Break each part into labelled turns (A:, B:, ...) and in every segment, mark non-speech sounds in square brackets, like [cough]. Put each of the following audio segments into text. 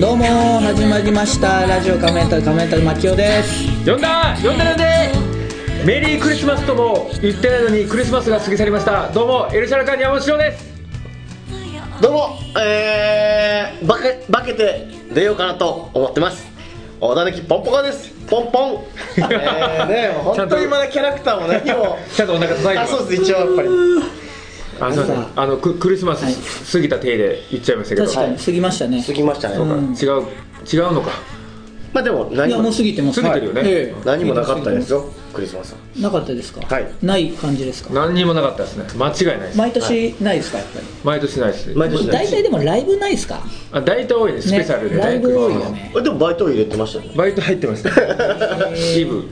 A: どうも始まりましたラジオカメンタルカメンタルマキオです
B: 呼んだ呼んだ呼んでメリークリスマスとも言ってないのにクリスマスが過ぎ去りましたどうもエルシャラカン山本翔です
C: どうも、えー、化け、化けて出ようかなと思ってます。おだぬきポンポコです。ポン [laughs] ポン。えー、ね、 [laughs]
B: ちゃ
C: 本
B: んと
C: 当にまだキャラクター [laughs] も何も。
B: ちゃんとお腹叩いてま
C: あ、
B: す
C: そうです、一応やっぱり。
B: あすいませんあのククリスマス過ぎた体で言っちゃいましたけど、
A: 確かに過ぎましたね
C: 過ぎましたね。
A: ん
B: 違う違うのか
C: まあ、でも、
A: い
C: 何
A: やも
C: も
A: う。過ぎてます
B: 過ぎてるよね
A: ええ
C: 何もなかったですよ。クリスマスは。
A: なかったですか
C: はい
A: ない感じですか
B: 何にもなかったですね間違いないです
A: 毎年ないですかやっぱり
B: 毎年ないです
C: 毎年
A: 大体でもライブないですか
B: あ大体多いです、スペシャルで
A: ねライブ多いよ
B: クリスマス
C: [laughs]
A: ね
C: え、でもバイトを入れてましたよね。
B: バイト入ってましたイブ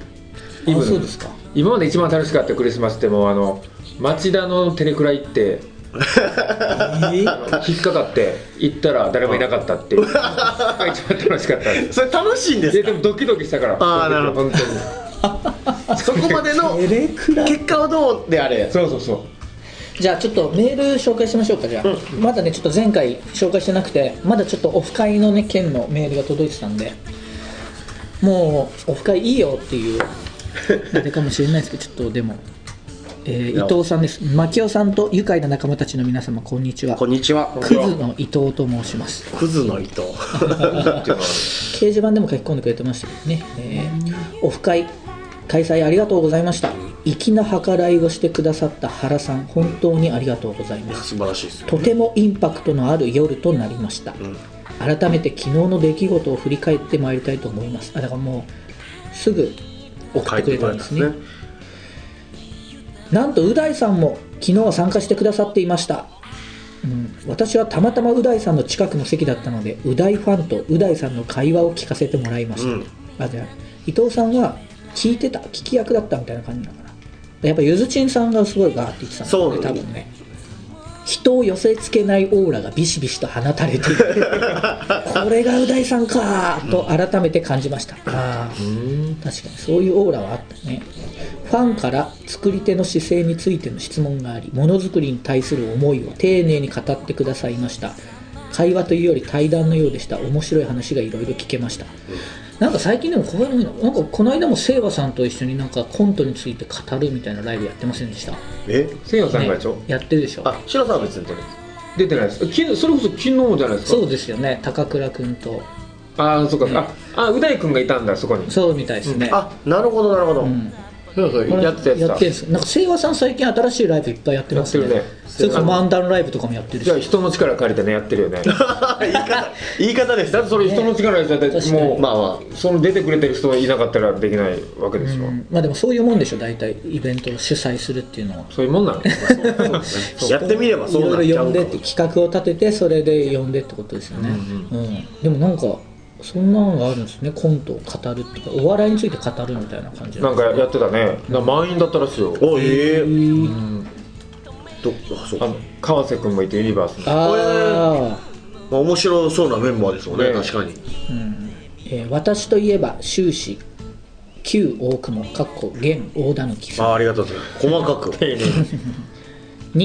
B: イブ
A: あ
B: の
A: そうですか
B: 今まで一番楽しかったクリスマスってもうあの町田のテレクラ行っ
A: え
B: て引っかかって行ったら誰もいなかったっていうが一番楽しかったです
C: [laughs] それ楽しいんで
B: いや
C: す
B: で
C: か。
B: もドキドキしたから
C: あーなるほ
B: ど本当に
C: [laughs] そこまでの
A: テレクラ
C: 結果はどうであれ。
B: そうそうそ
A: じゃあちょっとメール紹介しましょうかじゃあ、まだねちょっと前回紹介してなくてまだちょっとオフ会のね件のメールが届いてたんでもうオフ会いいよって
C: [laughs]
A: いうあれかもしれないですけどちょっとでも、えー
C: や
A: 伊藤さんです牧雄さんと愉快な仲間たちの皆様こんにちは
C: こんにちは。
A: クズの伊藤と申します
C: クズの伊 [laughs] 藤。
A: 掲示板でも書き込んでくれてましたけどね、えーオフ会開催ありがとうございました粋な計らいをしてくださった原さん本当にありがとうございます
C: 素晴らしいですよ。
A: とてもインパクトのある夜となりました、
C: ん
A: 改めて昨日の出来事を振り返ってまいりたいと思いますあだからもうすぐ送ってくれたんですね
C: 帰ってこられたんで
A: なんとう大さんも昨日は参加してくださっていました、うん、私はたまたまう大さんの近くの席だったのでう大ファンとう大さんの会話を聞かせてもらいました、
C: うん
A: あじゃあ伊藤さんは聞いてた聞き役だったみたいな感じなのかなやっぱゆずちんさんがすごいガーって言ってたんだよね
C: そう
A: 多分ね人を寄せ付けないオーラがビシビシと放たれて
C: [laughs]
A: いるこれがう大さんかーと改めて感じました、あー確かにそういうオーラはあったねファンから作り手の姿勢についての質問がありものづくりに対する思いを丁寧に語ってくださいました会話というより対談のようでした面白い話がいろいろ聞けました、なんか最近でもこういうのなんかこの間も聖和さんと一緒になんかコントについて語るみたいなライブやってませんでした、
C: え。
B: うせいやさんがでしょ、
A: ねやってるでしょ
C: あ、シロさんは別に出るんです。
B: 出てないです昨日それこそ昨日じゃないですか
A: そうですよね高倉君と
B: ああそうか、ああう大君がいたんだそこに
A: そうみたいですね、
C: あ、なるほど、なるほど。
A: うん
B: そうそう
A: これ
B: やってたやつ
A: や
B: だ
A: ってんすなんか清和さん最近新しいライブいっぱいやってますね
B: やってるね
A: それこそ漫談ライブとかもやってるし
B: じゃあ人の力借りてねやってるよね
C: 言い方、言い方です。
B: だってそれ人の力じゃだって
A: 確かに
B: もう、
C: まあま
B: その出てくれてる人がいなかったらできないわけでしょ、
A: うんまあでもそういうもんでしょ大体イベントを主催するっていうのは
B: そういうもんなの
C: あ、やってみればそうなっ
A: い
C: ち
A: ろい
C: ゃ
A: ろ呼
C: うんか
A: で
C: も
A: って企画を立ててそれで呼んでってことですよね、うんでもなんかそんなのがあるんですねコントを語るっていうかお笑いについて語るみたいな感じ
B: なんかやってたねな満員だったらしいよ
C: おええどあそう
B: あの川瀬君もいてユニバースの
A: ああ、
C: まあ、面白そうなメンバーですもんね
B: ね
C: 確かに
A: えー私といえば終始旧大久保かっこ現大田貫さん
C: あありがとうございます細かく [laughs]
B: 丁寧に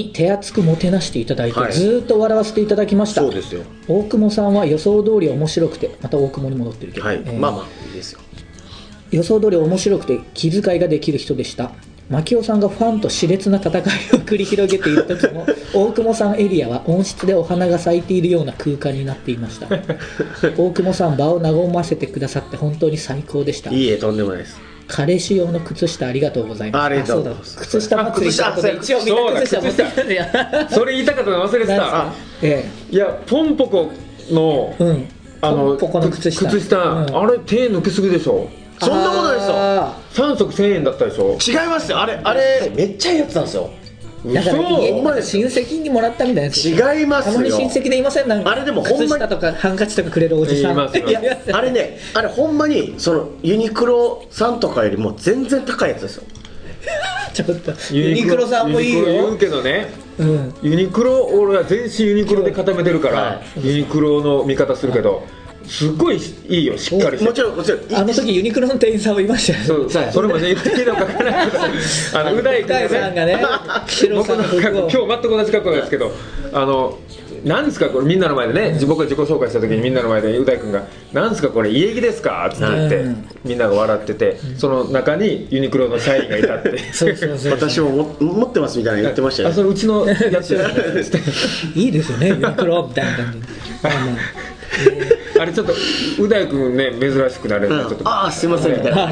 A: に手厚くもてなしていただいて、
C: はい
A: ずーっと笑わせていただきました
C: そうですよ
A: 大久保さんは予想通り面白くてまた大久保に戻ってるけど、
C: はい、
A: えー
C: まあまあいいですよ
A: 予想通り面白くて気遣いができる人でした牧雄さんがファンと熾烈な戦いを繰り広げている時
C: [laughs]
A: も大久保さんエリアは温室でお花が咲いているような空間になっていました大久保さん場を和ませてくださって本当に最高でした
C: いいえとんでもないです
A: 彼氏用の靴下ありがとうございます
C: ありがとうございます
A: そうだ靴下祭りしたことで
C: あ靴
A: 一
C: 下
A: 応みんな靴下
B: そうだ
A: 持ってきたんだよ
B: [laughs] それ言いたかったの忘れてた
A: なん
B: あ
A: ですかえ
B: いやポンポコの
A: えうん
B: あの
A: ポンポコの靴下
B: 靴下、
A: うん
B: あれ手抜きすぎでしょ
C: そんなことないですよ
A: あ
B: 3足1000円だったでしょ
C: 違いますよあれあれめっちゃいいやつなんですよ
A: ーだから
B: 嘘
A: 家になんか親戚にもらったみたいなやつ
C: 違いま
A: た
C: す
A: まに
C: よ
A: 親戚でいませんなんか
C: あれでもほんまに
A: 靴下とかハンカチとかくれるおじさん
B: いますよ
C: いやあれねあれほんまにそのユニクロさんとかよりも全然高いやつですよ
A: ちょっとユニクロさんもいい
B: ユニクロ言
A: よ
B: うけどね
A: うん
B: ユニクロ俺は全身ユニクロで固めてるから、ユニクロの味方するけどすっごいいいよしっかりして
C: もちろんもちろん
A: あの時ユニクロの店員さんもいましたよね
B: そうそれもね言っていいのか分からないけ
A: [laughs]
B: どあのう大
A: 深
B: 君
A: 井
B: が
A: さんが
B: ね
A: ね白
B: 僕
A: さん
B: の
A: の
B: 格
A: 服
B: 好
A: を
B: 今日全く同じ格好なんですけどあのなんですかこれみんなの前でね、僕が自己紹介した時にみんなの前でう大君が「なんですかこれ家着ですか?」って言って、
A: うん
B: みんなが笑ってて、その中にユニクロの社員がいたって
A: [laughs] そうそうそう
C: 私もも持ってますみたいなの言ってましたよ
B: あ
C: ね
B: それうちのやってるやつです [laughs] って
A: いいですよねユニクロみたいな感じで
B: あれちょっとう大君ね珍しくなれる
C: うん
B: ちょっと
C: ああすいませんみたいな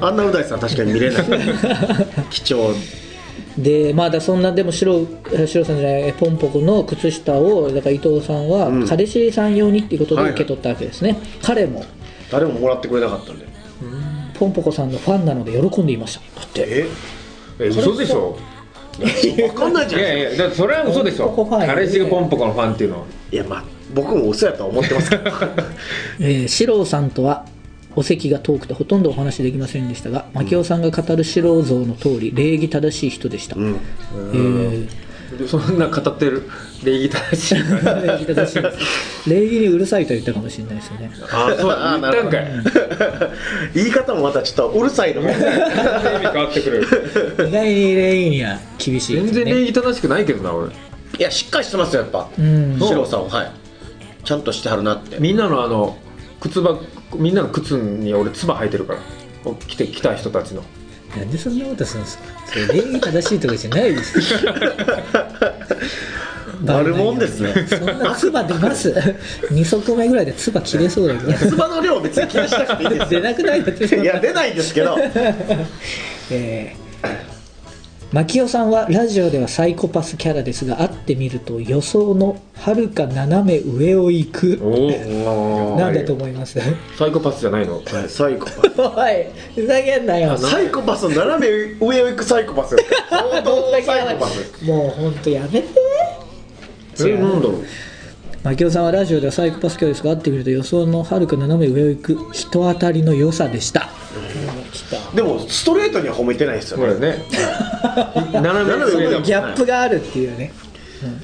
C: あんなう大さん確かに見れない貴重
A: でまあだそんなでも白え白さんじゃないポンポコの靴下をだから伊藤さんは
C: うん
A: 彼氏さん用にっていうこと
C: はい
A: で
C: はい
A: 受け取ったわけですね、彼も
C: 誰ももらってくれなかったんで
A: ポンポコさんのファンなので喜んでいましただって
C: え
B: え嘘でしょ
C: 分かんないじ
B: い
C: ゃないで
B: や
C: すか
B: いやだってそれは嘘でしょ
A: ポンポコファン
B: 彼氏がポンポコのファンっていうのはい
C: やまあ僕も嘘やとは思ってますけど
A: えー、四郎さんとはお席が遠くてほとんどお話できませんでしたが牧雄さんが語る四郎像の通り礼儀正しい人でした、
C: うん [laughs]
A: えー
B: そんな語ってる礼儀正しい感じ
A: [laughs] 礼儀正しいです礼儀にうるさいとは言ったかもしれないですよね
B: あそう [laughs] 言ったんかい
C: 言い方もまたちょっとうるさいのも
B: 全然意味変わってくる
A: 意外に礼儀には厳しいで
B: 全
A: すね
B: 然礼儀正しくないけどな俺
C: いやしっかりしてますよやっぱ
A: うん
C: シロさんははいちゃんとしてはるなって
B: みんなのあの靴ばみんなの靴に俺唾履いてるからこう来て来た人たちの
A: なんでそんなことするんですかそれ礼儀正しいとかじゃないですよ
C: [laughs] 悪もんですね
A: [laughs] そんな唾出ます [laughs] 二足目ぐらいで唾切れそうだ
C: [laughs]
A: けど
C: つばの量別に気にしなくていいです
A: 出
C: よ
A: なくないだって [laughs] そん
C: い
A: な
C: や出ないんですけど
A: えー、牧雄さんはラジオではサイコパスキャラですが会ってみると予想のはるか斜め上を行く
B: お
A: なんだと思います [laughs]
B: サイコパスじゃないの
C: サイコパ
A: おいふざけんなよ
C: スサイコパスの斜め上を行くサイコ
B: [laughs]
C: パスですか相当サイコパス
A: もうほんとやめて
B: えなんだろう
A: 牧雄さんはラジオではサイコパスキャラですが会ってみると予想のはるか斜め上を行く人当たりの良さでした、来た
C: でもストレートには褒めてないですよ
B: こ
C: ね
B: れね [laughs] 斜め上だもん
A: ギャップがあるっていうね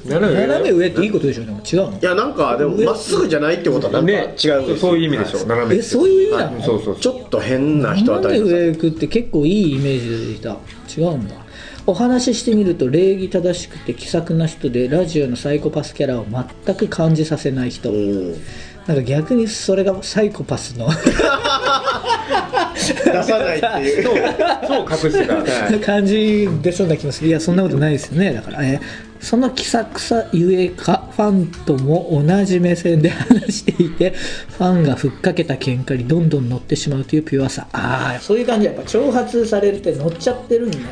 B: 斜め上だ
A: 斜め
B: よ
A: 上っていいことでしょでも違うの
C: いやなんかでもまっすぐじゃないってことはなんか違う
B: ね
C: んですよ
B: そうそういう意味でしょ
C: は
B: 斜め
A: えそういう意味なの、
B: うんそうそう
C: いちょっと変な人
A: な
C: あ
A: ん
C: た
A: で
C: りです
A: 上行くって結構いいイメージで出てきた違うんだお話ししてみると礼儀正しくて気さくな人でラジオのサイコパスキャラを全く感じさせない人、
C: うん
A: なんか逆にそれがサイコパスの
C: 出さないっていう
B: [laughs] そう隠してた
A: 感じ出そうな気もするいやそんなことないですよねだからねその気さくさゆえかファンとも同じ目線で話していてファンがふっかけた喧嘩にどんどん乗ってしまうというピュアさああそういう感じやっぱ挑発されるって乗っちゃってるんだよ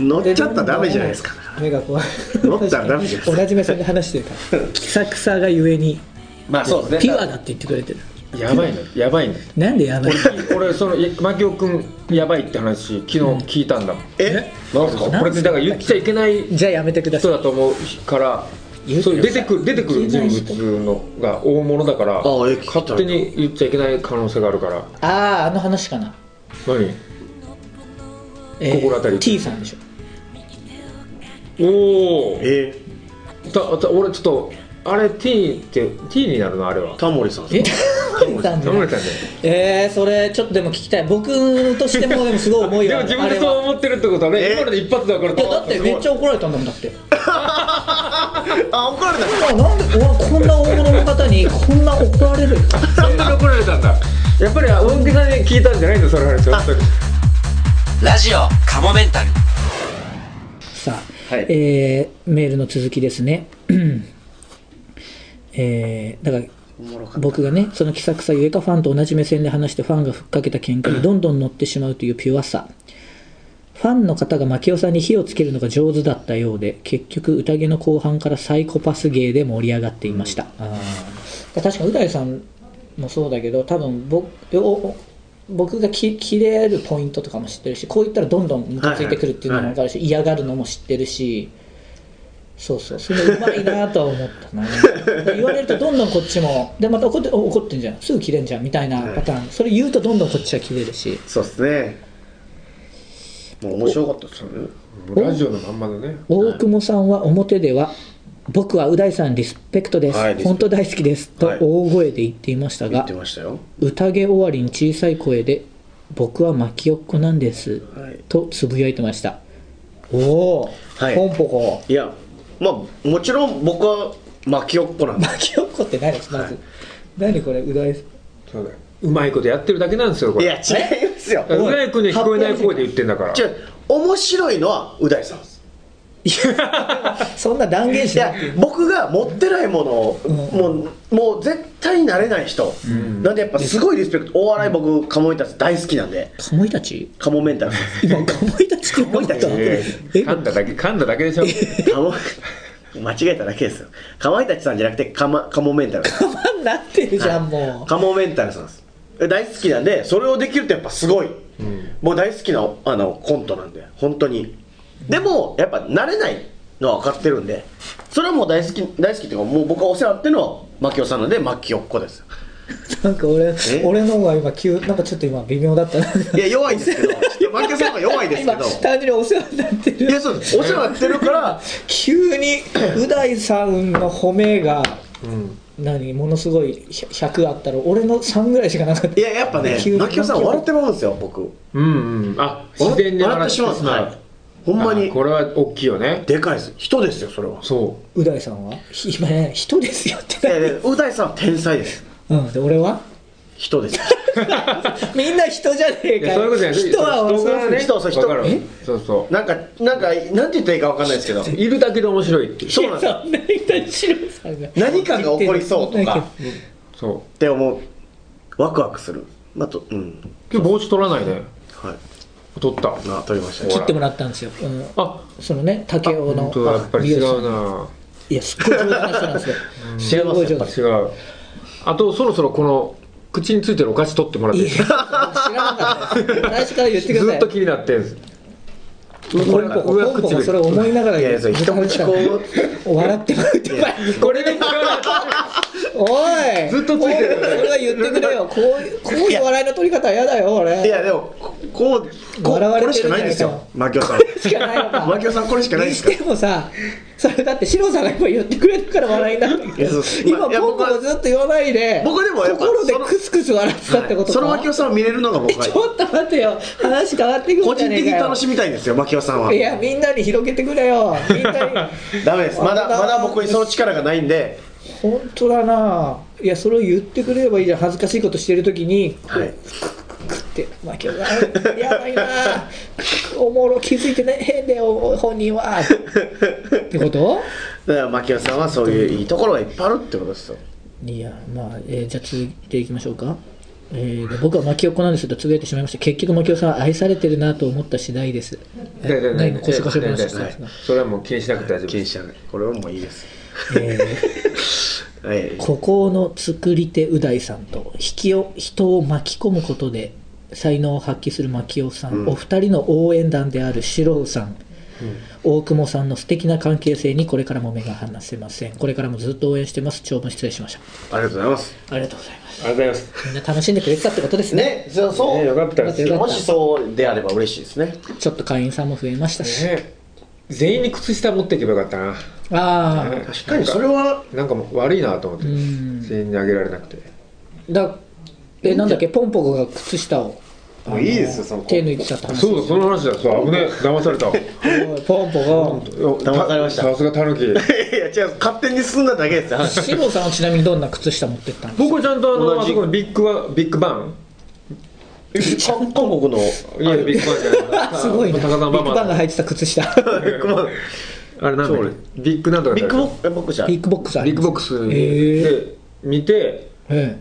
C: 乗っちゃったらダメじゃないですか
A: 目が怖い
C: 乗ったらダメじゃないですか
A: 同じ目線で話してるから
C: [laughs]
A: 気さくさがゆえに
C: まあそうですね
A: ピュアだって言ってくれてる
B: やばいねやばいね
A: なんでやばい
B: 俺その牧雄君やばいって話昨日聞いたんだもん
C: え
B: なんすかこれでだから言っちゃいけない
A: じゃあやめてくださ
B: 人
A: い
B: だと思うから
A: 言う
B: そういう出てくる出てくる人
A: 言えない人
B: 物のが大物だから
C: あえ
B: 勝手に言っちゃいけない可能性があるから
A: あああの話かな、
B: 何
A: え
B: 心当たり
A: T さんでしょ
B: おお
C: え
B: たた俺ちょっとあれ T って T になるのあれは
C: タモリさん
A: え T さんじゃ
B: [laughs]
A: な
B: 頼ま
A: い
B: れたんだよ
A: えー、それちょっとでも聞きたい僕としてもでもすごい思い
B: で
A: はあ
B: も
A: るあ
B: 自分で
A: れ
B: そう
A: は
B: 思ってるってことはね
C: え
B: 今まで一発だから
A: いやだってめっち
B: ゃ
A: ゃ怒られたんだもんだって
C: あ怒られた
A: あなんで俺こんな大物の方にこんな怒られる
B: そんな怒られたんだやっぱり大げさに聞いたんじゃないんだその話は
D: ラジオカモメンタル
A: さあ、
C: はい
A: えーメールの続きですね。えーだから僕がねその気さくさゆえかファンと同じ目線で話してファンがふっかけた喧嘩にどんどん乗ってしまうというピュアさファンの方が牧雄さんに火をつけるのが上手だったようで結局宴の後半からサイコパス芸で盛り上がっていました、あー確かにう大さんもそうだけど多分僕お僕がき切れるポイントとかも知ってるしこう言ったらどんどんムカついてくるっていうのも分かるし、嫌がるのも知ってるしそうそうそれうまいなとは思った
C: [laughs]
A: な言われるとどんどんこっちもでまた怒ってお怒ってんじゃんすぐ切れんじゃんみたいなパターン、それ言うとどんどんこっちは切れるし
C: そうですねもう面白かったですよね
B: ラジオのまんまだね
A: 大久保さんは表では「僕はう大さんリスペクトです、
C: はいリスペクト
A: 本当大好きです」と
C: はい
A: 大声で言っていました
C: 言
A: が、
C: ってましたよ
A: 宴終わりに小さい声で「僕は巻きおっこなんです」
C: はい
A: とつぶやいてましたおお、
C: はい
A: ポンポコ
C: いやまあもちろん僕は巻きおっ
B: [laughs]
C: こなんで
A: 巻き起こってないですまず、何これうだい
B: そうだようまいことやってるだけなんですよこ
C: い
B: れ
C: や違いますよ
B: うまい君には聞こえない声で言ってんだから
C: 違う面白いのはう大さんです
A: そんな断言
C: い
A: しな
C: や
A: くていい
C: 僕が持ってないものを、
A: ん
C: もうもう絶対になれない人、なんでやっぱすごいリスペクトお笑い僕カモメンタル大好きなんで
A: かもいたち
C: カモメ [laughs] ンタルです
A: 今かもいたちって思った
C: かも
B: ええ噛んだだけ噛んだだけでしょ
C: カモ間違えただけですよかまいたちさんじゃなくてカマカモメンタルさん
A: かまんなってるじゃんも
C: カモメンタルさんです大好きなんでそれをできるってやっぱすごい、もう大好きなあのコントなんで本当にでもやっぱ慣れないのは分かってるんでそれはもう大好き大好きっていうかもう僕がお世話になってるのはマキオさんなんでマキオっ子ですよ
A: うなんか俺
C: え
A: 俺の方が今急なんかちょっと今微妙だったない
C: や弱いんですけどちょっとマキオさんの方が弱いです [laughs] け
A: 今
C: ど
A: 単純にお世話になって
C: いや
A: る
C: そうですお世話になってるから
A: 急にう大さんの褒めが何ものすごい100あったら俺の3ぐらいしかなかった
C: いややっぱね
A: 急に
C: マキオさん笑ってまうんですよ僕
B: うんうんあ自然に
C: 笑ってしまうんですはいほんまに
B: あこれは大きいよね
C: でかいです人ですよそれは
B: そう
A: 大さんはひ今ね人ですよって
C: いやいや [laughs] う大さんは天才です
A: なうんで俺は
C: 人です
A: みんな人じゃねえ
B: うい
A: か
B: や
A: よ
B: そういうことじゃない
A: 人は
B: 人がね
C: 人そう人
B: わかる
C: え
B: そうそ
C: なんかなんかなんて言ったらいいかわかんないですけど
B: ういるだけで面白いっていう
C: そうなんですよ
A: そんな人白さんが
C: 何かが起こりそうとかっ
B: そう
C: て思うワクワクするまあとうん
B: 今日帽子取らないね
C: はい
B: 取った
C: まあ取りました
A: 切
C: ね
A: ってもらったんですよ、うん
B: あ
A: そのね竹雄
B: 本当だやっぱ
A: の
B: り
A: 美
B: 違
A: 容
B: う
A: 師
B: ない
A: やすっごい上手な人なん
C: [laughs]
A: ですよ
C: 知れます
A: す
C: よ
A: ごい上手
B: 違うあとそろそろこの口についてるお菓子取ってもらってい
A: い
B: い
A: や知らなかったです最初から言ってくだ
B: ず
A: さ
B: っ
A: い
B: と気になってんです
A: 俺も
B: 上
A: 本もそれ
B: 唇
A: 思いながら
C: いやいやそれ一口こ
A: う笑ってもらって
B: これで
A: おい
B: ずっとついてる
A: おそれは言ってくれよこういうこういう笑いの取り方は嫌だよ
C: い
A: 俺
C: やでもここうこう
A: 笑われ
C: こ
A: てる
C: れしかないんです
A: じゃない
C: よマキオさん
A: しかないのか
C: マキオさんこれしかないんですか
A: にしてもさそれだってシロさんが今言ってくれたから笑いになるんだけ
C: いやそ
A: ど
C: うです
A: 今
C: いや
A: ポン
C: 僕
A: コ
C: は
A: もずっと言わないで
C: 僕でもやっぱ
A: 心で
C: その
A: クスクス笑ってたってことか
C: そのマキオさんを見れるのが僕は
A: ちょっと待ってよ話変わってく
C: 個
A: るじゃ
C: 人
A: ね
C: 的に
A: えかよ
C: 楽しみたいんですよマキオさんはい
A: やみんなに広げてくれよみんなに
C: ダメですまだ
A: あなた
C: まだ僕にその力がないんで
A: 本当だないやそれを言ってくれればいいじゃん恥ずかしいことしてる時に
C: はい
A: って負けがやばいなおもろ気づいてない変だよ本人はってこと
C: だからマキオさんはそういういいところがいっぱいあるってことですよ
A: いやまあ、えーじゃあ続いていきましょうか、えーで僕は牧子なんですけどつぶやいてしまいました結局牧子さんは愛されてるなと思った次第ですえー何腰腰の話してますね
B: それはもう気にしなくて大丈夫
C: 気にしないこれはもういいです
A: えー
C: はい
A: 孤高の作り手う大さんと引きを人を巻き込むことで才能を発揮する牧雄さん、お二人の応援団である四郎さん、大久保さんの素敵な関係性にこれからも目が離せませんこれからもずっと応援してます長文失礼しまし
C: ありがとうございます
A: たありがとうございます
B: ありがとうございます
A: みんな楽しんでくれてたってことですね
C: ねそうそう、
B: ねよかったです
A: よか
C: も
A: った
C: しそうであれば嬉しいですね
A: ちょっと会員さんも増えましたし、
B: ね全員に靴下持っていけばよかったな
A: ああ
B: 確
C: は
B: なんかもう悪いなと思って
A: ん
B: 全員にあげられなくて
A: だえなんだっけポンポコが靴下を
C: もういいですよその
A: 手抜いてたって話
B: そうだその話だそう危ねえ騙された
A: おいポンポコ
B: 騙
C: されました
B: さすがタヌキ
C: いや違う勝手に進んだだけですよ
A: 四郎さんはちなみにどんな靴下持ってったんですか
B: 僕はちゃんとあ
C: 同
B: の
C: じ
B: あそこのビッグワンビッグバン
C: [laughs] 韓国の
B: いやビッグバンじゃ
A: [laughs]
B: ない
A: すごいね。ビ
B: 高田馬
A: ッグバンが
B: 場
A: 履いてた靴
B: [laughs]
A: 下。
C: ビッグボ
B: あれなんだっけビッグなんとか
C: ビッグボ
B: ク
C: ックじゃん
A: ビッグボックスあ
B: ビ
A: り
B: ッ
A: ま
B: グ
A: す
B: ボックス
A: へえ
B: で見て
A: え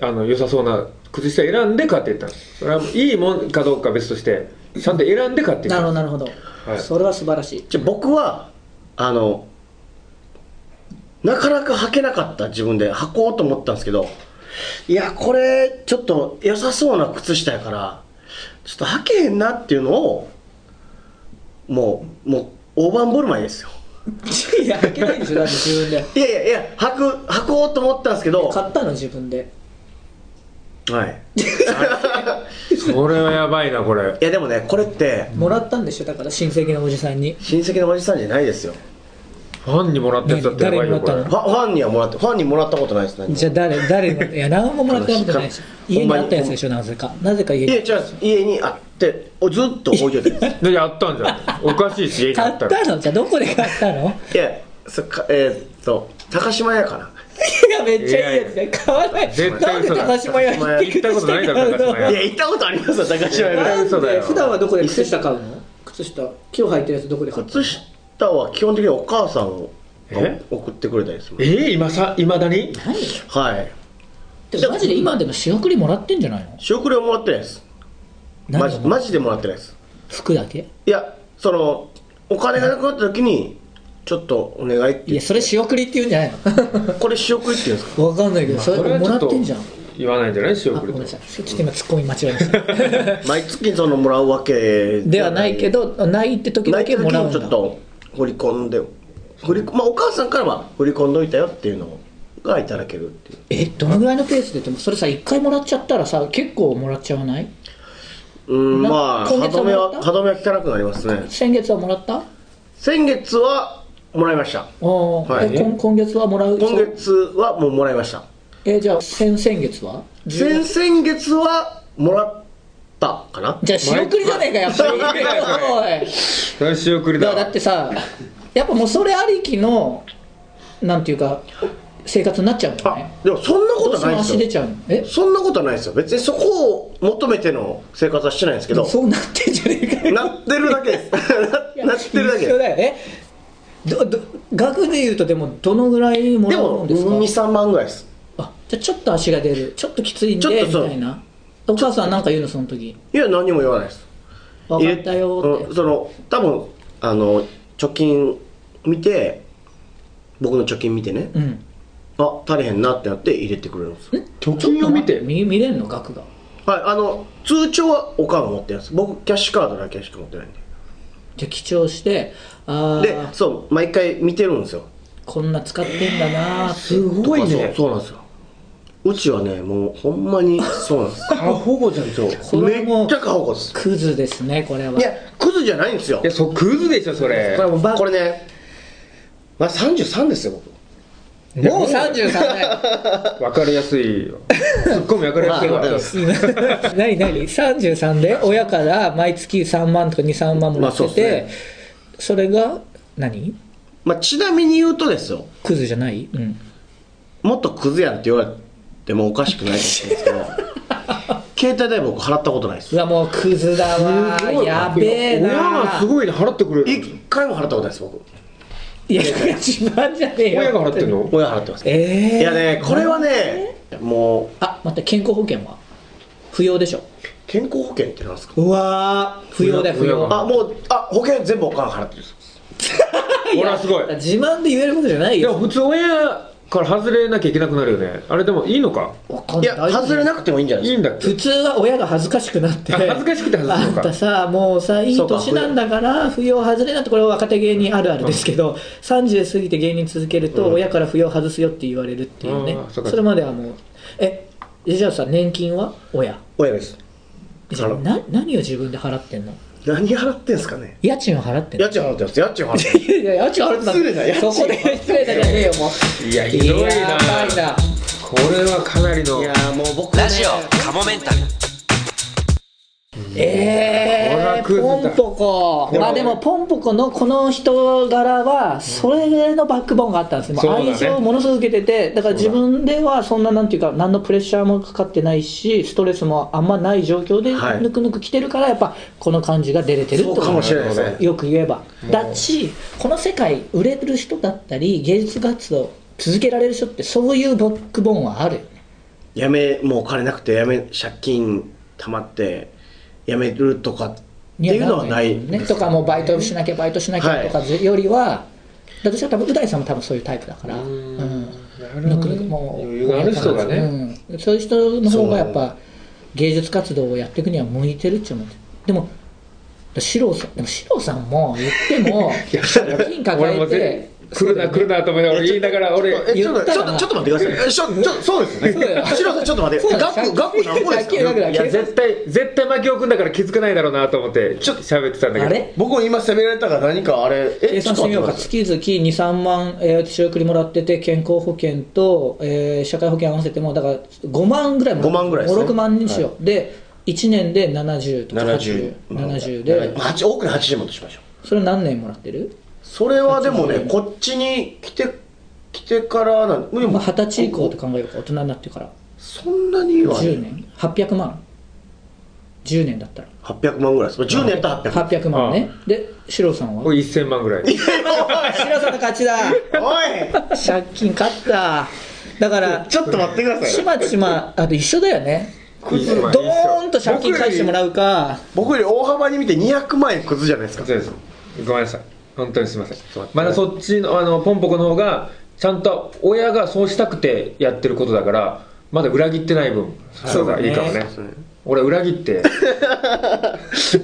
B: あの良さそうな靴下選んで買っていったんですそれはいいもんかどうかは別としてちゃんと選んで買って
A: え
B: い
A: な
B: っ
A: るほ
B: た
A: どなるほど
B: はい。
A: それは素晴らしい。
C: じゃあ僕はあのなかなか履けなかった自分で履こうと思ったんですけどいやこれちょっと良さそうな靴下やからちょっと履けへんなっていうのをもうもう大盤振る舞いですよ
A: いや履けないでしょだって自分で。
C: いやいやいや履く履こうと思ったんですけど
A: 買ったの自分で。
C: はい
B: それはやばいなこれ
C: いやでもねこれって
A: もらったんでしょだから親戚のおじさんに。
C: 親戚のおじさんじゃないですよ
B: ファンにもらったやつだってやばいよこ
A: 誰
B: れ
A: にも
C: ファファンにはもらってファンにもらったことないですね
A: じゃあ誰誰のいや何ももらってたことないでしょ。家にあったやつでしょなぜか。なぜか家
C: いや
A: に。
C: 違う家にあっておずっと置いてたんです
B: でやったんじゃんおかしいし家に
A: 買
B: あっ
A: ったた
B: ら
A: [laughs] のじゃあどこで買ったの？
C: いやそっかえーっと高島屋か
A: いやめっちゃいいやつだよ買わない
B: 絶対嘘だ
A: なんで高島屋行って
C: 行
B: っ
A: 靴
B: たことないだろ
A: 下買うの
B: 高島屋
C: ないや行ったことありますよ高島
B: いや絶
C: 屋
B: 対嘘だよ
A: 普段はどこで靴下買うの靴下今日履いてるやつどこで買うの
C: 靴下は基本的にお母さんを
B: え
C: 送ってくれたりす
B: え
C: る
B: ー、今さいまだに
A: 何
C: はい
A: でもマジで今でも仕送りもらってんじゃないの
C: 仕送りをもらってないですマジ
A: 何
C: マジでもらってないです
A: 服だけ
C: いやそのお金がなくなった時にちょっとお願いって
A: い
C: 言
A: や
C: っ
A: それ仕送りって言うんじゃないの
C: これ仕送りって言うんです
A: [laughs]
C: か
A: わかんないけどそ
B: こ
A: れ
B: は
A: も
B: ちょ
A: ら
B: っ
A: っ
B: と
A: てんじゃん
B: 言わないんじゃない仕
A: あ
B: 送
A: ご
B: り
A: めん
B: と
A: なさいちょっと今ツッコミ間違えました [laughs]
C: 毎月そのもらうわけ
A: ではないけ
C: ど
A: どないって時
C: ない
A: だ
C: け
A: け
C: ど
A: も
C: ち
A: らうんだ
C: ょっと振り込んで振り込まあお母さんからは振り込んどいたよっていうのがいただけるっていう
A: えどのぐらいのペースででもそれさ一回もらっちゃったらさ結構もらっちゃわない
C: うん
A: な
C: まあ歯
A: 今月
C: 止
A: は
C: め
A: もらっ
C: は
A: た
C: 歯止めは効かなくなりますね
A: 先月はもらった
C: 先月はもらいました
A: おー
C: はい
A: え今今月はもらう
C: 今月はもうもらいました
A: えじゃあ先々月は
C: 先々月はもらったかな
A: じゃあ [laughs] 仕送りじゃねえかやっぱりおい
B: それ仕送り
A: だ
B: だ
A: からだってさやっぱもうそれありきのなんていうか生活になっちゃうもん
C: あ
A: ね
C: でもそんなこ
A: どう
C: と
A: して
C: ない
A: も
C: で
A: 足
C: す
A: 出
C: よ
A: ちゃうのえ
C: そんなことはないですよ別にそこを求めての生活はしてないんですけど
A: そうなってんじゃねえかよ
C: なってるだけ
A: [laughs]
C: ですななってるだけ
A: 一緒
C: で
A: だよねどど額で言うとでもどのぐらいも
C: すで
A: らう
C: も
A: んですか
C: 23万ぐらいです
A: あじゃあちょっと足が出るちょっときついん
C: ちょ
A: で
C: っと
A: み
C: そう
A: たいなお母さんなんか言うのその時
C: いや何も言わないです
A: 分かったよーって
C: うんその多分あの貯金見て僕の貯金見てね
A: うん、
C: あ足りへんなってなって入れてくれるんですよ
B: 貯金を見て
A: 見見れんの額が
C: はいあの通帳はおかんが持ってるんです僕キャッシュカードだけしか持ってないんで
A: じゃあ記帳してあ
C: で
A: あ
C: そう毎回見てるんですよ
A: こんな使ってんだなーって
B: すごい
C: とか
B: ね
C: そうそうなんですようちはねもうほんまにそうなんです
B: 過保護じゃんそうい
A: こ
C: め
A: れも
C: っちゃ過保護です
A: クズですねこれはい
C: やクズじゃないんですよ
B: やそうクズでしょそれ
C: これもうバこれね、まあ、33ですよ僕
A: もう33だよ
B: 分かりやすいよツッコミ分かりやすいわ
C: まあ
B: だ
C: わ
B: か
C: か
A: 何何33で親から毎月3万とか23万もらって
C: まあそう
A: て、
C: で
A: それが何
C: まあ、ちなみに言うとですよ
A: クズじゃないうん
C: もっとクズやんって言われてもおかしくないと思うんですけど携帯代僕払ったことないで
A: う
C: す
A: わもうクズだわ
B: ら
A: やべえな
B: 親がすごいね払ってくれる
C: 一回も払ったことないです僕
A: いやいや自慢じゃねえよ
B: 親が払ってんの
C: 親払ってます、
A: ええ
C: いやねこれはねもう
A: あ待って健康保険は不要でしょ
C: 健康保険ってなんですか
A: うわー不要だよ不
B: 不要
A: 要
B: 不要
C: あもうあ保険全部おかん払ってるんです
B: 俺はすごい
A: 自慢で言えることじゃない
B: で
A: よ
B: も普通親から外れなきゃいけなくなるよねあれでもいいのか
A: わかん
C: い
A: ない
C: や外れなくてもいいんじゃない
B: い
C: で
B: い
C: す
B: ん
C: か
B: だっけ
A: 普通は親が恥ずかしくなって
B: あ恥ずかしくて外すのか
A: あんたさもうさいい
C: そうか
A: 年なんだから扶養外れなってこれは若手芸人あるあるですけど、30過ぎて芸人続けると親から扶養外すよって言われるっていうね、
B: あーそ
A: そう
B: か
A: れまではもうえじゃあさ年金は親
C: 親です
A: じゃあ
C: あら
A: な何を自分で払ってんの
C: 何払ってんすかね
A: 家賃を払ってんの
C: 家賃払ってます家賃払ってます
A: いやいや家賃払ってた
C: 失礼だ家賃
A: そこで失礼だじゃねえよもう
B: いやひどいな
A: やばいな
B: これはかなりの
C: いやもう僕ね
D: ラジオカモメンタル
A: えー、
B: これはク
A: ポ
B: ズだ
A: ンポコ
B: れは
A: まあでもポンポコのこの人柄はそれのバックボーンがあったんですね、もう
B: そうだね
A: 愛情をものすごく受けててだから自分ではそんななんていうか何のプレッシャーもかかってないしストレスもあんまない状況で
C: はい
A: ぬくぬく来てるからやっぱこの感じが出れてるってこ
C: そう
A: と
C: かもしれないですね
A: よく言えばだしこの世界売れる人だったり芸術活動続けられる人ってそういうバックボーンはあるよね
C: やめもうお金なくてやめ借金たまってやめるとかっていうのはない
A: ね、とかもうバイトしなきゃバイトしなきゃとかよりは、だとしたら多分う大さんも多分そういうタイプだからうん
B: なるほどね
A: ぬくぬくもう
B: 余裕がある人がね
A: うんそういう人の方がやっぱ芸術活動をやっていくには向いてるっちゅうのでも四郎さんでも四郎さんも言っても金
B: 俺
A: 抱
B: も
A: え
B: ぜ
A: て
B: 来るな来るなと思いながら俺言いながら俺
C: えちょっとちょ
A: 言った
C: っと
A: ら
C: ちょっと待ってくださいえしょちょそうですよ
A: そうだよ
C: ね白さんちょっと待って
A: そうだよ
C: 額額何個です
A: 借金だ
C: か
A: けだ
B: いや絶対絶対牧く君だから気づかないだろうなと思ってちょっと喋ってたんだけど
A: あれ
C: 僕も今責められたから何かあれえ
A: 計算してみようか
C: ちょっと待ってください
A: 月々23万、えー、仕送りもらってて健康保険と、えー社会保険合わせてもだから5万ぐらいも
C: 5万ぐらいですね
A: 56万にしよう、で1年で70とか
C: 70
A: 8070で
C: まあ八多くで80万としましょ
A: それ何年もらってる
C: うそれはでもねこっちに来て来てからなんで
A: ま
C: も
A: あ、二十歳以降と考えるか大人になってから
C: そんなにはね
A: 10年800万10年だったら
C: 800万ぐらいです10年やったら800
A: 800万ねで四郎さんは
B: これ1000万ぐらい
A: 四郎さんの勝ちだ
C: おい
A: 借金勝っただから
C: ちょっと待ってくださ
A: ち [laughs]
C: い
A: まちまあと一緒だよね
B: 1000
A: ド
B: 万
A: ーンと借金返してもらうか
C: 僕より大幅に見て200万円崩すじゃな
B: [laughs]
C: いですか
B: そうですごめんなさい本当にすみません
C: と待って
B: まだそっちのあのポンポコの方がちゃんと親がそうしたくてやってることだからまだ裏切ってない分そうだいいかもね俺裏切 [laughs] って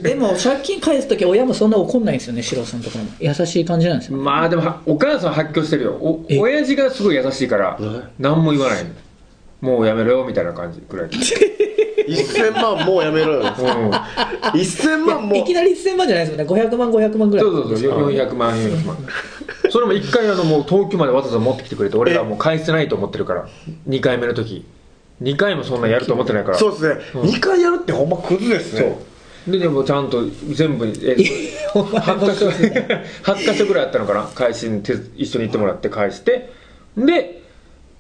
A: でも借金返す時親もそんな怒んないんですよね四郎さんのところも優しい感じなんですよ
B: まあでもはお母さん発狂してるよお
A: え
B: 親父がすごい優しいから
C: ん
B: 何も言わないのもうやめろよみたいな感じくらい
C: 1000万もうやめろよ
B: うん
C: 1000万も
A: いきなり1000万じゃないですもんね500万500万ぐらい
B: そうそうそうよ400万400万それも1回あのもう東京までわざわざ持ってきてくれて俺らもう返せないと思ってるから2回目の時2回もそんなやると思ってないから
C: そうですね2回やるってほんまクズですね
B: ででもちゃんと全部え8か所8 [laughs] 所ぐらいあったのかな返しに手一緒に行ってもらって返してで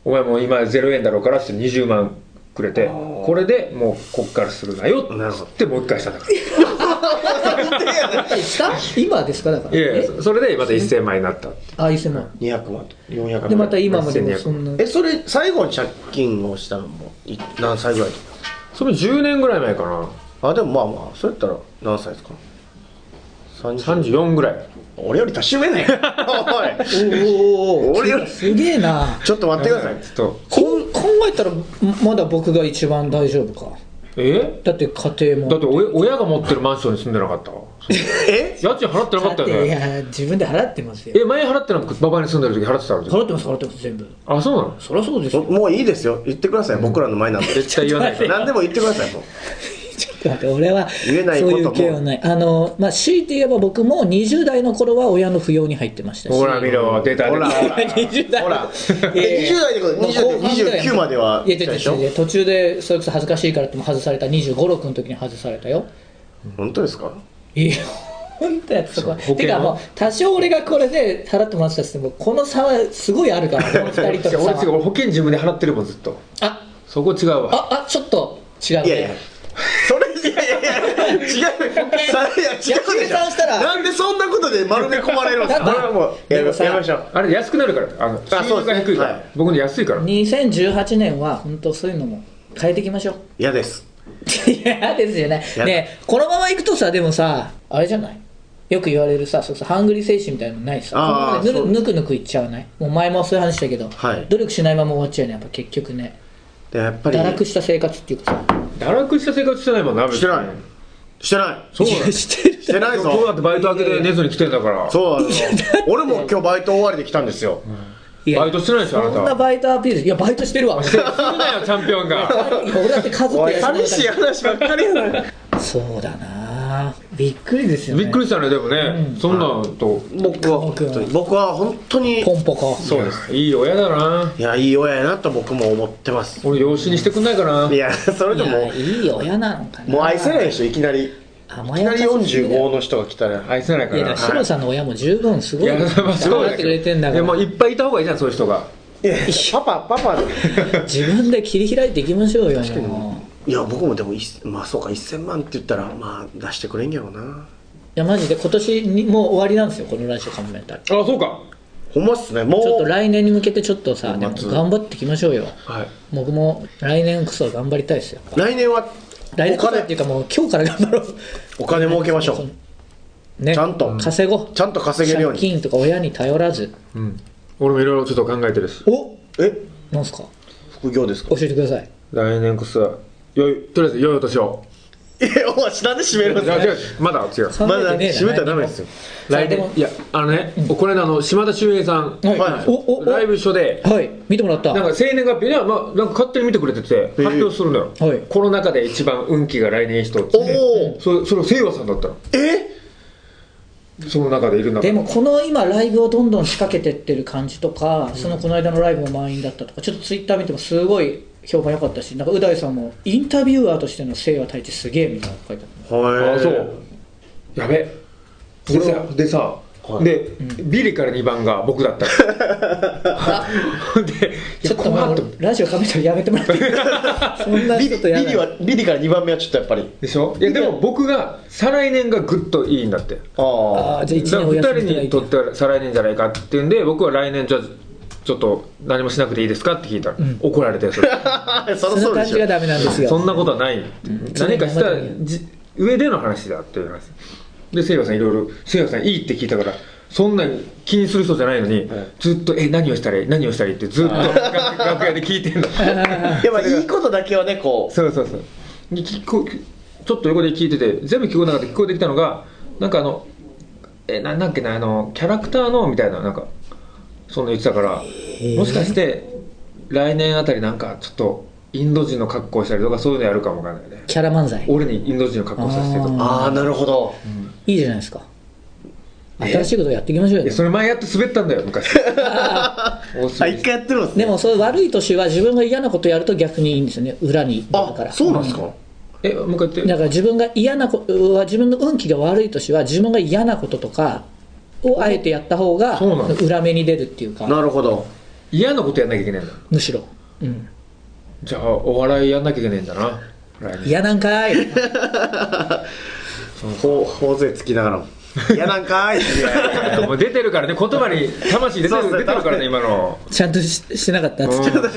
B: お前もう今0円だろうからって20万くれてこれでもうこっからするなよっ
C: なる
B: つ
C: ほ
B: ってもう一回したんだからい
A: した今ですかだから
B: やい
A: え
B: やそれでまた1000万円になったって
A: あ1000万
C: 200万と400万
A: でまた今までもそんな
C: えそれ最後に借金をしたのもい何歳ぐらいとか
B: それ10年ぐらい前かな
C: あでもまあまあそうやったら何歳ですか30
B: 34ぐらい
C: 俺より年上ねおい
A: おお
C: 俺より
A: すげえな
C: ちょっと待ってください
B: ちょっと
A: こん考えたらんまだ僕が一番大丈夫か
B: え
A: だって家庭も
B: だってお親が持ってるマンションに住んでなかった
C: え
B: 家賃払ってなかった
A: だ
B: よ
A: ってい
B: ね
A: や自分で払ってますよ
B: え前払ってなくてババに住んでる時払ってたの
A: 払ってます払ってます全部
B: あそうなの
A: そりゃそうです
C: も
A: よ
C: もういいですよ言ってください僕らの前なんで
B: 絶対言わないから
C: 何でも言ってくださいもう
A: ちょっと待って俺は
C: 言えないこと
A: そう
C: も
A: いう系はないあのまあ強いて言えば僕も20代の頃は親の扶養に入ってましたし [laughs]
B: ほら見ろ出た
C: ほら
B: 出た
A: 20代
C: ほら
A: いやいや
C: 20代でこ
A: もう後半ぐらい
C: 29まではい
A: や違う
C: でしょ
A: 違う違う途中でそれこそ恥ずかしいからっても外された2 5 6の時に外されたよ
C: 本当ですか
A: いや本当やってそこは
B: そう
A: てかもう
B: 保
A: 多少俺がこれで払ってもらってたとしてもこの差はすごいあるから
C: [laughs]
A: この2人との
B: 俺違
A: 差
B: う
A: は
B: 俺保険自分で払ってるもんずっと
A: あ
B: そこ違うわ
A: ああちょっと違うね
C: いやいやそれいやいやいや
A: 野
C: 違うさいや違うでしょ
A: 球さんしたら
C: なんでそんなことで丸め込まれるんですか
A: だって
C: これはもうや
A: で
C: め
A: もさ
C: やめましょう
B: あれ安くなるからあの収
C: そ
B: 入
C: うですね
B: が低いから、
C: はい
B: 僕の安いから
A: 2018年は本当そういうのも変えていきましょう
C: 嫌です
A: [laughs] いやですよね
C: やだ
A: ねえこのまま行くとさでもさあれじゃないよく言われるさそうそうハングリー精神みたいなのないしさ
C: あー
A: このままぬ
C: そ
A: ぬくぬくいっちゃわないもう前もそういう話したけど、
C: はい
A: 努力しないまま終わっちゃうねやっぱ結局ね
C: でやっぱり
A: 堕落した生活っていうかさ
B: 堕落した生活してないもんな別に
C: してないしてない
B: そうなの
A: いやしてる
C: してな
B: 今
C: い
B: 日だっ
C: ぞ
B: てバイト明けで寝ずに来てんだから
C: そうあの俺も今日バイト終わりで来たんですよ
A: いや
B: バイトしてないでしょあなた
A: そんなバイトアピールいやバイトしてる
C: [laughs]
A: わ
B: するなよチャンピオンが
A: いや俺だって家族
C: おい
A: や
C: 寂しい話ばっかりやな
A: そうだなあびっくりですよね
B: びっくりしたねでもね、そんなのと
C: 僕は本当に僕は本当に
A: ポンポコ
C: そうです
B: いい親だない
C: やいい親やなと僕も思ってます
B: 俺養子にしてくんないかない
C: やそれ
A: い
C: でも
A: やいい親なのかな
C: もう愛せないでしょいきなりい
A: 甘や
C: きな
A: か
C: り
A: しすぎだよ
C: 45の人が来たら
B: 愛せないか
A: いや
B: ら
A: だからシロさんの親も十分すごい
B: いやまあ
A: 頑
B: そう
A: 張っ
B: だ
A: てく
B: けど
A: れてんだ
B: い
A: か
B: やもう
A: ら
B: いっぱいいた方がいいじゃんそういう人が
C: いやパパパパ
A: 自分で切り開いていきましょうよもう
C: いや僕もでもいっまあそうか1000万って言ったらまあ出してくれんやろうない
A: やマジで今年にもう終わりなんですよこのラジオカモメンタルち
B: あそうか
C: ほんまっすねもう
A: ょっと来年に向けてちょっとさでも
C: 年末
A: 頑張っていきましょうよ
C: はい、
A: 僕も来年こそ頑張りたいですよ
C: 来年は
A: 来年
C: お
A: こそってい
C: 金
A: うかもう今日から頑張ろう
C: お金儲けましょう
A: ね
C: ちゃんと
A: 稼ごう
C: ちゃんと稼げるように
A: 借金とか親に頼らず
B: うん俺もいろいろちょっと考えてるし
A: お
C: え
A: なんすか
C: 副
A: [laughs]
C: 業ですか
A: 教えてください
B: 来年こそよいとりあえず良いお年を
C: いやお前なんで閉めるん
B: い
C: です
B: や
C: か
B: 違うまだ違う
A: 考
C: まだ
A: えてねえな
C: 閉めたらダメですよ
B: 来
A: さ
B: 年
A: あ
B: いやあのね、これあの島田秀平さん、
A: はい
C: はい
A: おおお
B: ライブ一緒で
A: はい見てもらった
B: なんか生年月日いや、まあ、なんか勝手に見てくれてて発表するのよ、
A: はい
B: この中で一番運気が来年いい人って
C: おお
B: そそれせいわさんだったの
C: え
B: その中でいるんだ
A: でもこの今ライブをどんどん仕掛けてってる感じとか、そのこの間のライブも満員だったとかちょっとツイッター見てもすごい評判良かったしなんかう大さんもインタビュアーとしての清和太一すげえみたいなの書いてあっ
C: は
B: あそうやべでさでさ
C: はい
B: で、ビリから2番が僕だ
A: [laughs]
B: ったので
A: ちょっとまあ
B: いや怖っ
A: 俺ラジオカメラやめてもらっていいそんな
C: ビ
A: ちょ
C: リ
A: っとや
C: ビリ
A: だ
C: はビリから2番目はちょっとやっぱり
B: でしょいやでも僕が再来年がぐっといいんだって
C: あ
A: あ
C: あ
A: ーじゃあ
B: だか
A: 1年お
B: ら2
A: 休みいた
B: 人
A: だい
B: にとっては再来年じゃないかっていうんで僕は来年じゃあちょっと何もしなくていいですかって聞いたら、
A: ん
B: 怒られて
A: [laughs]
B: それ
C: [laughs] そ
A: そ
C: りゃそ
A: の
C: うで
A: 感
C: し
A: じが
C: ょ
A: ダメなんですよ
B: そんなことはない、何かした
A: うん
B: じ上での話だっていう話でせいやさんいろいろせいやさんいいって聞いたからそんなに気にする人じゃないのに、ずっと「え何をしたらいい何をしたらいい」ってずっと楽楽屋で聞いて
A: [laughs]
B: んだ
C: やっぱいいことだけはねこう
B: そうそうそうで聞こちょっと横で聞いてて全部聞こえなかった聞こえてきたのがなんかあのえなんだっけなあのキャラクターのみたいななんかそんな言ってたからもしかして来年あたりなんかちょっとインド人の格好したりとかそういうのやるかもわかんないね
A: キャラ漫才
B: 俺にインド人の格好させてとか
C: ああなるほど
A: いいじゃないですか新しいことやっていきましょう
B: い
A: よ
B: やそれ前やって滑ったんだよ昔大
C: あ
B: 滑り
C: 一回やってるんですね
A: でもそういう悪い年は自分が嫌なことやると逆にいいんですよね裏にだから
C: あそうなんですか
B: えもう一回言
A: だ
B: って
A: から自分が嫌なことは自分の運気が悪い年は自分が嫌なこととかをあえてやった方が
B: そうなんです
A: 裏目に出るっていうか
C: なるほど
B: 嫌なことやんなきゃいけないんだ
A: むしろ、うん、
B: じゃあお笑いやんなきゃいけないんだな来年
A: 嫌なんか
B: [laughs]
A: い
C: ほ頬杖つきながらも「やなんかー
B: [laughs]
C: い」
B: もう出てるからね言葉に魂出て
C: そう
B: る
C: そう
B: 出てるからね今の
A: ちゃんとししてなかったっつって、
B: うん
A: あ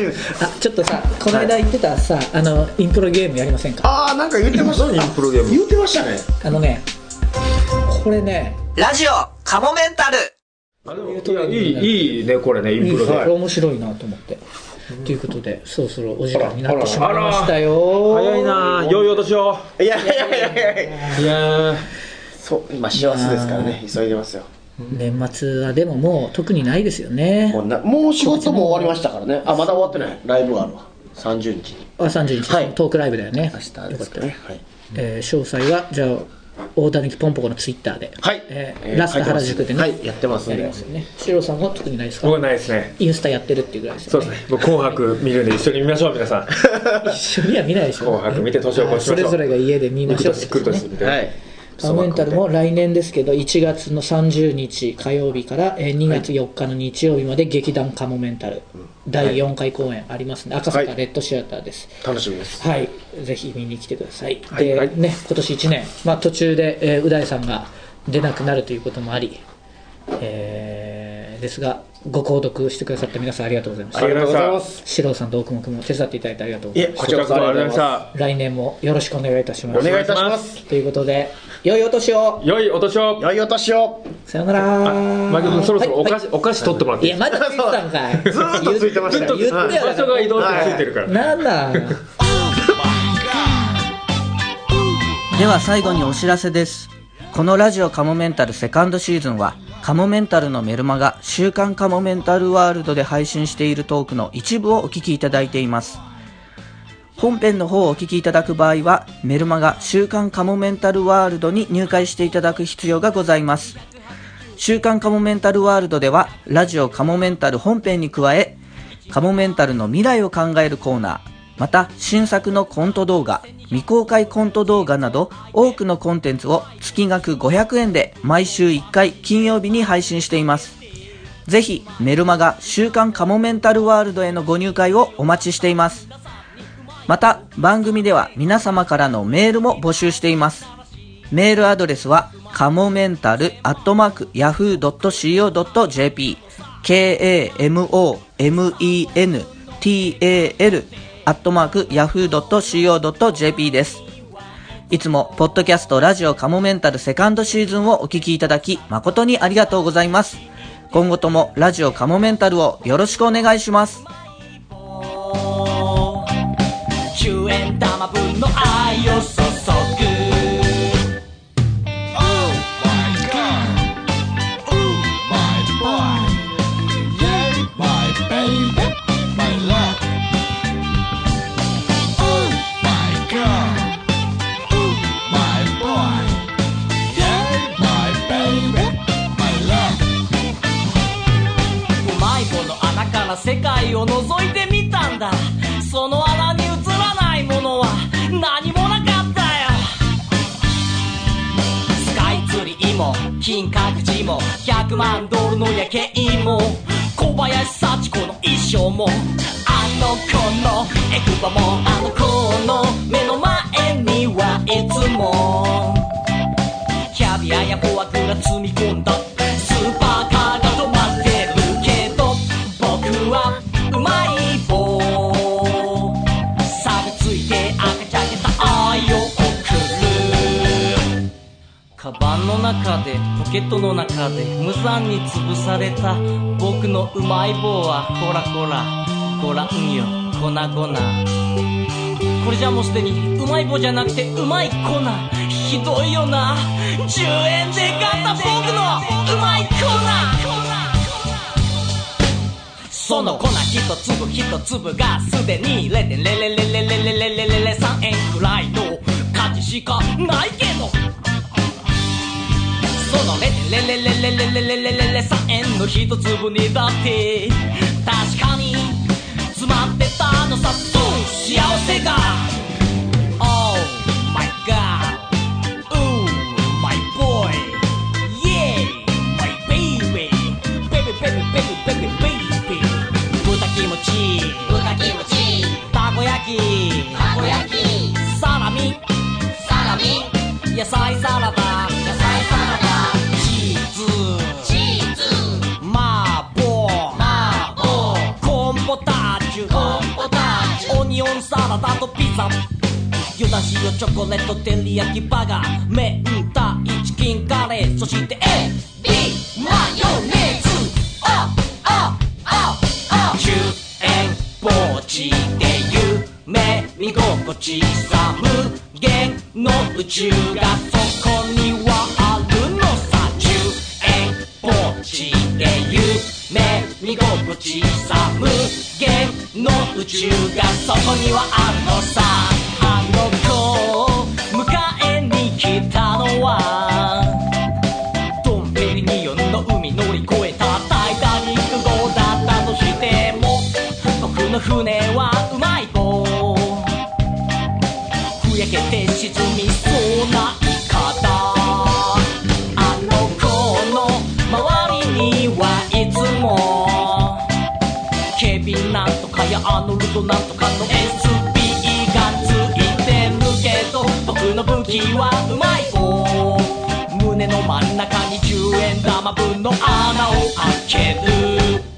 A: ちょっとさこの間言ってたさ、あのインプロゲームやりませんか
C: ああなんか言ってましたね
B: 何プロゲーム
C: 言ってましたね
A: あのねこれね
D: ラジオカモメンタル
B: いやいいいいねこれねインプロで、
A: これ面白いなと思って、ということでそろそろお時間になってしまいました
B: あ
A: よ
B: ら早いな良いお年を
C: いやいやいやいや
B: いやー
C: そう今幸せですからね急いでますよ
A: 年末はでももう特にないですよね
C: もうなもう仕事も終わりましたからねあまだ終わってないライブがあるわ30日に
A: あ30日、
C: はい
A: トークライブだよね
C: 明日ですかねはい
A: えー詳細はじゃあ大谷きぽんぽこのツイッターで、
C: はい
A: えー
C: えー
A: ラスト原宿でね、
C: 書いてますはいやってます
A: や
C: ん
A: り
C: で
A: ますよねシロさんは特にないですか
B: 僕はないですね
A: インスタやってるっていうぐらいです
B: そ
A: よ
B: う
A: ね
B: ですね僕紅白見るんで一緒に見ましょう皆さん
A: 一緒には見ないでしょ
B: 紅白見て年を越しましょ
A: そ
B: う
A: れぞれが家で見ま
B: 行く
A: しょう
B: 年来る年みたいな、
C: はい
A: カモメンタルも来年ですけど1月の30日火曜日からえー2月4日の日曜日まで劇団カモメンタル第4回公演ありますね赤坂レッドシアターです
C: 楽しみです
A: はい、ぜひ見に来てください、
B: はい
A: で、
B: はい
A: ね今年1年、まあ、途中で、えー、う大さんが出なくなるということもあり、えーですがご購読してくださった皆さんありがとうございまし
B: ありがとうございま
A: た四郎さんと大雲君も手伝っていただいてありがとうご
C: い
A: ざい
C: え
A: ます
C: こちらこそありがとうございま
A: 来年もよろしくお願いいたします
C: お
A: す
C: 願いいたします
A: ということで良いお年を
B: 良いお年を
C: 良いお年を
A: さよなら
B: マキ君そろそろお菓
A: は
B: 子、
A: い
B: お菓子取ってもらっ
A: はいい
B: ていい
A: やまだついてたんかい
C: [laughs] ずーっとついてましたよ
A: 言ってよ
C: [laughs]
B: 場所が移動してついてるから、
A: なんだ
E: では最後にお知らせです。このラジオカモメンタルセカンドシーズンは、カモメンタルのメルマが週刊カモメンタルワールドで配信しているトークの一部をお聞きいただいています。本編の方をお聞きいただく場合は、メルマが週刊カモメンタルワールドに入会していただく必要がございます。週刊カモメンタルワールドでは、ラジオカモメンタル本編に加え、カモメンタルの未来を考えるコーナー、また新作のコント動画、未公開コント動画など、多くのコンテンツを月額500円で毎週1回金曜日に配信しています。ぜひ、メルマガ週刊カモメンタルワールドへのご入会をお待ちしています。また、番組では皆様からのメールも募集しています。メールアドレスは、かもめんたるアットマーク yahoo.co.jp k-a-m-o-m-e-n-t-a-l アットマーク yahoo.co.jp です。いつも、ポッドキャストラジオカモメンタルセカンドシーズンをお聞きいただき、誠にありがとうございます。今後ともラジオカモメンタルをよろしくお願いします。
D: 10円玉分の愛を注ぐ
F: Oh my god! Oh my boy! Yay, my baby, my love! Oh my god! Oh my boy! Yay, my baby, my love!
G: うまい子の穴から世界を覗いてみたんだその穴に映らないものは何もなかったよスカイツリーも光金閣寺も100万ドルの夜景も小林幸子の衣装もあの子のエクバもあの子の目の前にはいつもキャビアやフォアグラ積み込んだスーパーカーが止まってるけど僕はうまい棒さびついて赤ちゃけた愛を送るカバンの中でポケットの中で無残に潰された僕のうまい棒はこらこらご覧よ粉々これじゃもうすでにうまい棒じゃなくてうまい粉ひどいよな10円で買った僕のうまい粉その粉一粒一粒がすでにレレレレレレレレレレレレ3円くらいの価値しかないけどそのレレレレレレレレレレレ3円の一粒にだって確かに詰まってたのさそう幸せが Oh my god Ooh my boy Yeah my baby Baby baby baby baby baby 豚キムチ
H: 豚キムチ
G: たこ焼き
H: たこ焼き
G: サラミ
H: サラミ
G: 野菜サラダ
H: 野菜サラダ
G: チーズ
H: チーズ
G: 麻婆
H: 麻婆
G: コーンポタージュ
H: コーンポタージュ
G: オニオンサラダとピザ湯だしよチョコレート照り焼きバーガー明太チキンカレーそしてエ
H: ビマヨネーズああああ
G: 10円ポーチで夢見心地さ無限の宇宙がそこにはあるのさ10円ポーチで夢見心地さ無限の宇宙がそこにはあるのさあの子を迎えに来たのはドンペリニオンの海乗り越えたタイタニック号だったとしても僕の船はうまい棒ふやけて沈みそうなイカだあの子の周りにはいつも警備なんとかやアーノルドなんとかの SB がついてるけど僕の武器はうまい棒胸の真ん中に10円玉分の穴を開ける